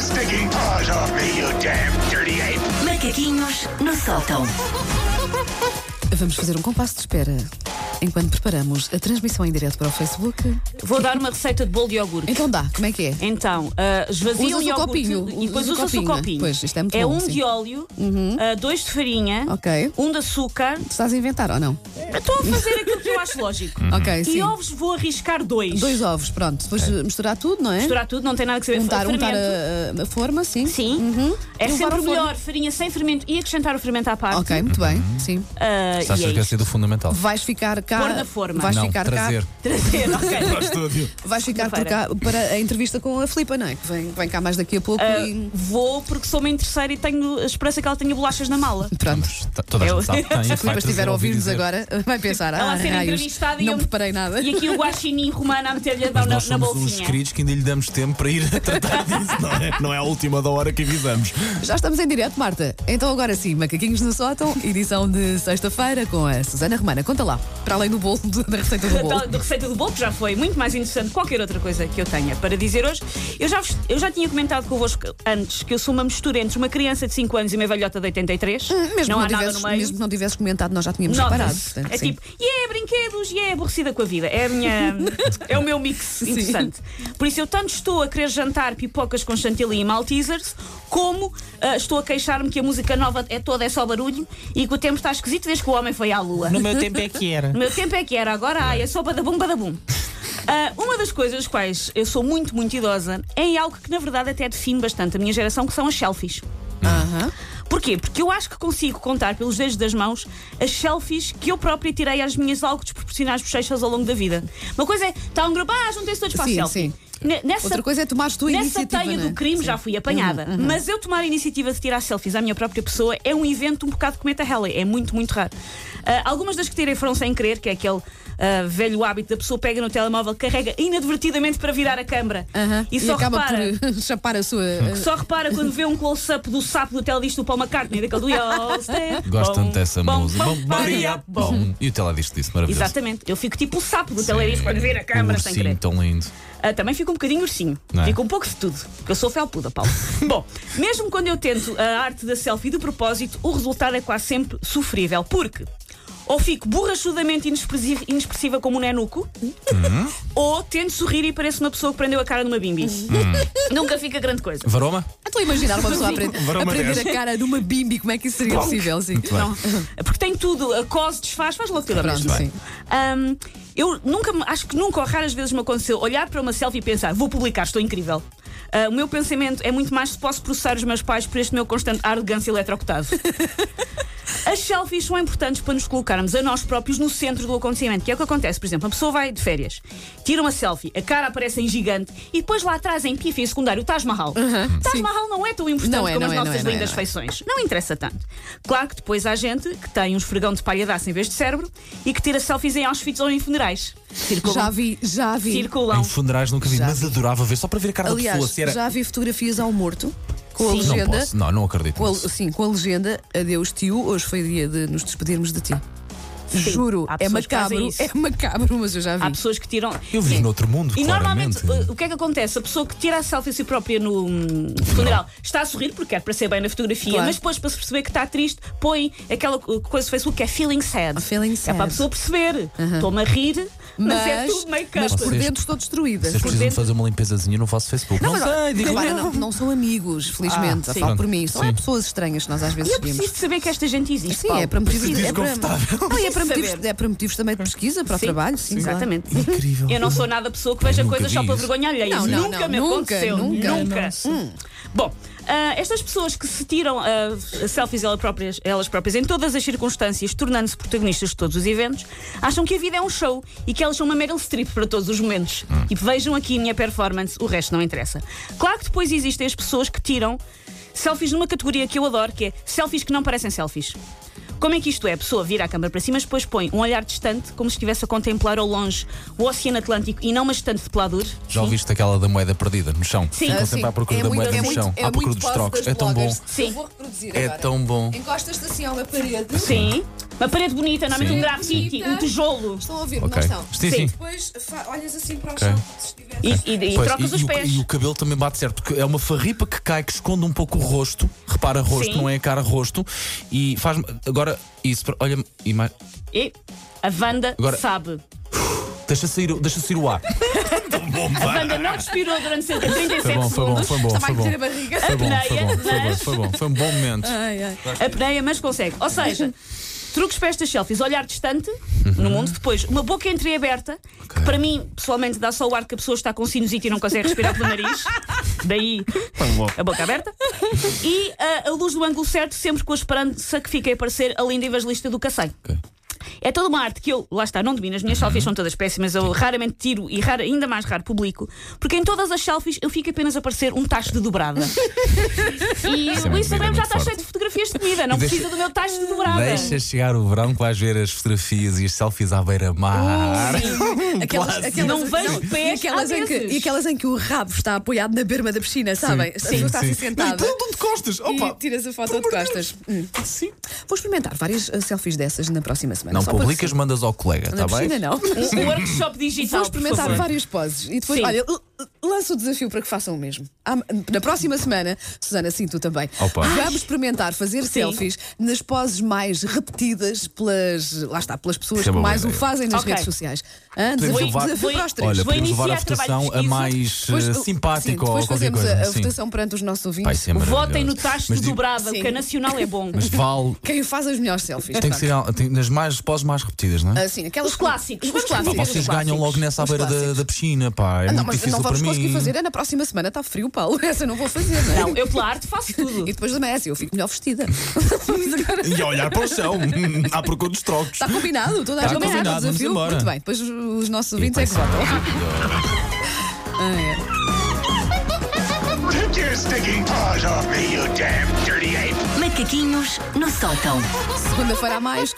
stinking paws off me, you damn dirty ape! Macaquinhos no sótão. Vamos fazer um compasso de espera enquanto preparamos a transmissão em direto para o Facebook. Vou dar uma receita de bolo de iogurte. Então dá, como é que é? Então, ah, esvazia Usas o o iogurte copinho, e depois usas o usa o copinho. copinho. Pois, isto é muito bom, um sim. Uhum. de óleo, ah, dois de farinha, Ok. um de açúcar. Estás a inventar ou não? Estou a fazer aquilo que eu acho lógico. Uhum. Ok, sim. E ovos vou arriscar dois. Dois ovos, pronto. Depois misturar tudo, não é? Misturar tudo, não tem nada que saber. untar, untar Fermento. a, a- a forma, sim. Sim. Uhum. É E levar sempre ao forno. melhor farinha sem fermento e acrescentar o fermento à parte. Uhum. Ok, muito bem, sim. Ah, Estás e a é esquecer do fundamental. Vais ficar cá. Pôr na forma. Vais não, ficar trazer. cá. Trazer, ok. Para o estúdio. Vais ficar por cá para a entrevista com a Filipa, não é? Que vem, vem cá mais daqui a pouco e. Ah, Vou porque sou uma interesseira e tenho a esperança que ela tenha bolachas na mala. Pronto. Mas t- Toda a Eu- gente sabe que tem. Se a vai Filipa estiver trazer, a ouvir ouvir-nos dizer. agora, vai pensar, Ela ah, a ser raios, entrevistada e não eu- preparei nada. E aqui o guaxinim romano a meter-lhe a mão Mas na, nós na somos uns bolsinha. queridos que ainda lhe damos tempo para ir a tratar disso, não é? Não é a última da hora que avisamos. Já estamos em direto, Marta. Então agora sim, Macaquinhos no Sótão, edição de sexta-feira com a Susana Romana. Conta lá, para além do bolo, do- da receita do da, bolo. da receita do bolo, que já foi muito mais interessante que qualquer outra coisa que eu tenha para dizer hoje. Eu já, vos- eu já tinha comentado convosco antes que eu sou uma mistura entre uma criança de 5 anos e uma velhota de 83. Hum, Mesmo que não há nada tivesses, no meio. mesmo que não tivesses comentado, nós já tínhamos reparado. Nota-se. Portanto, É sim. tipo, e é brinquedos, e é aborrecida com a vida. É, a minha, é o meu mix interessante. Por isso, eu tanto estou a querer jantar pipocas com chantilly e maltesers, como ah, estou a queixar-me que a música nova é toda é só barulho e que o tempo está esquisito desde que o homem foi à lua. No meu tempo é que era. No meu tempo é que era, agora ai, é só badabum, badabum. Ah, uma das coisas quais eu sou muito, muito idosa é em algo que na verdade até define bastante a minha geração, que são as selfies. Aham. Porquê? Porque eu acho que consigo contar pelos dedos das mãos as selfies que eu própria tirei às minhas algo desproporcionais bochechas ao longo da vida. Uma coisa é, está um grupo, ah, juntem-se todos para a Sim, selfie. sim. Ne- Nessa, Outra coisa é tomares tu a Nessa iniciativa. teia não é? do crime Sim. Uhum, já fui apanhada. Mas eu tomar a iniciativa de tirar selfies à minha própria pessoa é um evento um bocado cometa Halley. É muito, muito raro. Ah, algumas das que tirei foram sem querer, que é aquele ah, velho hábito da pessoa pega no telemóvel, carrega inadvertidamente para virar a câmara Aham. e só acaba repara. por eh, chapar a sua. eh, que Só repara quando vê um close-up do sapo do teledisto do Paul McCartney, daquele do You'll Stay Gosto Bom, tanto dessa bom, música. bom, Maria, bom. bom. E o teladisco disse, maravilhoso. Exatamente, eu fico tipo o sapo do teledisto quando vira a câmara um sem querer. ursinho tão lindo. Ah, também fico um bocadinho ursinho. Não é? Fico um pouco de tudo, porque eu sou felpuda, Paulo. Bom, mesmo quando eu tento a arte da selfie de propósito, o resultado é quase sempre sofrível, porque ou fico borrachudamente inexpressiva, inexpressiva como um nenuco, Hum? ou tento sorrir e pareço uma pessoa que prendeu a cara numa bimbi. Hum. Nunca fica grande coisa. Varoma? Ah, Estou a imaginar uma pessoa a aprender, Varão a, prender amarelo. a cara numa bimbi, como é que isso seria possível? Sim. Não. Porque tem tudo, a cose desfaz, faz logo tudo a Pronto, mesma. sim. Ahm, eu nunca, me- acho que nunca ou raras vezes me aconteceu olhar para uma selfie e pensar, vou publicar, estou incrível. Ah, o meu pensamento é muito mais se posso processar os meus pais por este meu constante arrogância eletrocutado. As selfies são importantes para nos colocarmos a nós próprios no centro do acontecimento, que é o que acontece. Por exemplo, uma pessoa vai de férias, tira uma selfie, a cara aparece em gigante e depois lá atrás em pif em secundário o Taj Mahal. Taj sim. Mahal não é tão importante Não é, como não é, não as nossas é, não é, lindas não é. feições refeições. Não interessa tanto. Claro que depois há gente que tem um esfregão de palhadaço em vez de cérebro e que tira selfies em Auschwitz ou em funerais. Circulam. Já vi, já vi. Circulam. Em funerais nunca vi, Já. mas adorava ver, só para ver a cara da pessoa. Aliás, Se era... já vi fotografias ao morto com a Sim. Não legenda. posso, não, não acredito. Com a, nisso. sim, com a legenda Adeus tio, hoje foi dia de nos despedirmos de ti. Sim, Juro, há é pessoas que macabro, fazem isso. é macabro, mas eu já Há vi. pessoas que tiram. Eu vivo noutro mundo, E claramente. normalmente uh, o que é que acontece? A pessoa que tira a selfie a si própria no hum, funeral está a sorrir porque quer parecer bem na fotografia, Claro. mas depois para se perceber que está triste, põe aquela uh, coisa do Facebook que é feeling sad. Feeling É sad. para a pessoa perceber. Estou-me a rir, mas, é tudo mas make-up. por Vocês- dentro estou destruída. Vocês precisam de fazer uma limpezazinha no vosso Facebook. Não, mas, sei, digo repara, não, não são amigos, felizmente. Ah, sim. Falo por mim. São Sim. pessoas estranhas que nós às E vezes eu preciso seguimos. de saber que esta gente existe. Sim, Paulo. é para motivos, é para, desconfortável. não, é, para Preciso motivos saber. é para motivos também de pesquisa, para o trabalho. Sim, claro. Exatamente. Incrível. Eu não sou nada pessoa que veja Nunca coisas vi só para isso. vergonha alheia. Não, Isso não, nunca não, me nunca, aconteceu. nunca, Hum. Bom, ah, estas pessoas que se tiram ah, selfies elas próprias, elas próprias em todas as circunstâncias, tornando-se protagonistas de todos os eventos, acham que a vida é um show e que elas são uma Meryl Streep para todos os momentos. E vejam aqui a minha performance, o resto não interessa. Claro que depois existem as pessoas que tiram selfies numa categoria que eu adoro, que é selfies que não parecem selfies. Como é que isto é? A pessoa vira a câmara para cima, mas depois põe um olhar distante, como se estivesse a contemplar ao longe o Oceano Atlântico e não uma estante de pelador. Já ouviste aquela da moeda perdida no chão? Sim. Ficam Ah, sempre à sim. procura É da muito- é moeda no muito- chão, é à procura muito dos pose trocos. das É tão bom. bloggers. Sim. Eu vou reproduzir É agora. tão bom. Encostas-te assim a uma parede. Sim. Uma parede bonita, normalmente Sim. um grafite, um tijolo. Estão a ouvir? Ok. Não estão? Sim, sim. Depois fa- olhas assim para o Ok. chão, se estiver E, e, e Pois, trocas e- os e o- pés. E o cabelo também bate certo, porque é uma farripa que cai, que esconde um pouco o rosto. Repara, rosto, Sim. não é a cara, rosto. E faz-me. Agora, isso, olha-me. E mais. E a Wanda Agora- sabe. Deixa sair, o- deixa sair o ar. A Wanda não respirou durante cerca de Foi 37 Tá bom, foi bom, segundos. foi bom. Está Foi mais bom, a a Ah, barriga. foi bom, foi apneia, bom, foi bom, mas- foi bom, foi um bom momento. Ai, ai. apneia, mas consegue. Ou seja, truques para estas selfies: olhar distante Uhum. no mundo, depois uma boca entreaberta, que para mim, pessoalmente, dá só o ar que a pessoa está com sinusite e não consegue respirar pelo nariz. Daí a boca aberta. E eh, a, a luz do ângulo certo, sempre com a esperança que fique a parecer a linda evangelista do Cacém. Ok. Uhum. É toda uma arte que eu, lá está, não domino. As minhas selfies são todas péssimas. Eu raramente tiro e raro- ainda mais raro publico. Porque em todas as selfies eu fico apenas a parecer um tacho de dobrada. e é o uma Instagram já medida muito está forte. cheio de fotografias de comida. Não E deixa- precisa do meu tacho de tá dobrada. Deixa chegar o verão que vais ver as fotografias e as selfies à beira-mar. Aquelas, aquelas, Não vejo e pés aquelas, há em que, meses. e aquelas em que o rabo está apoiado na berma da piscina, sabem? A pessoa está assim sentada. Então, de costas. E tiras a foto de costas. Hum. Sim. Vou experimentar várias eh, selfies dessas na próxima semana. É Não só para publicas, ver mandas ao colega, se- está Na bem? piscina, não. Um workshop digital. Vou por experimentar favor. várias poses e depois, Sim. olha, l- l- lanço o desafio para que façam o mesmo. Ah, Na próxima semana, Susana, sim, tu também. Opa. Vamos experimentar fazer selfies nas poses mais repetidas pelas, lá está, pelas pessoas Isso é que uma boa mais o ideia. fazem nas Ok. redes sociais. Ah, Podemos desafio, levar- desafio para os três. Olha, Vou podemos levar a iniciar trabalho votação de a pesquisa. mais Depois, eh, sim, simpática ou depois qualquer fazemos coisa. a, a sim. votação perante os nossos Vai ouvintes. ser maravilhoso. Votem no tacho Mas de digo- dobrada, Sim. que a nacional é bom. Mas vale. Quem faz as melhores selfies? Tem que ser al- tem- nas mais, pós mais repetidas, não é? Assim, aquelas Os clássicos. Os Vamos fazer Pá, clássicos. os vocês ganham clássicos. logo nessa à Os beira da, clássicos. Ah, da piscina, pá. É não, muito mas difícil não vamos para conseguir mim. fazer. É na próxima semana, está frio, Paulo. Essa eu não vou fazer, não é? Não, eu pela arte faço tudo. E depois também é assim, eu fico melhor vestida. E a olhar para o chão, à procura dos trocos. Está combinado, toda a Está gente vai combinado, o vamos desafio. embora. Muito bem, depois os nossos ouvintes vai é que ser votam. Take your stinking paws off me, you damn dirty ape! Macaquinhos no sótão. Segunda-feira a mais. com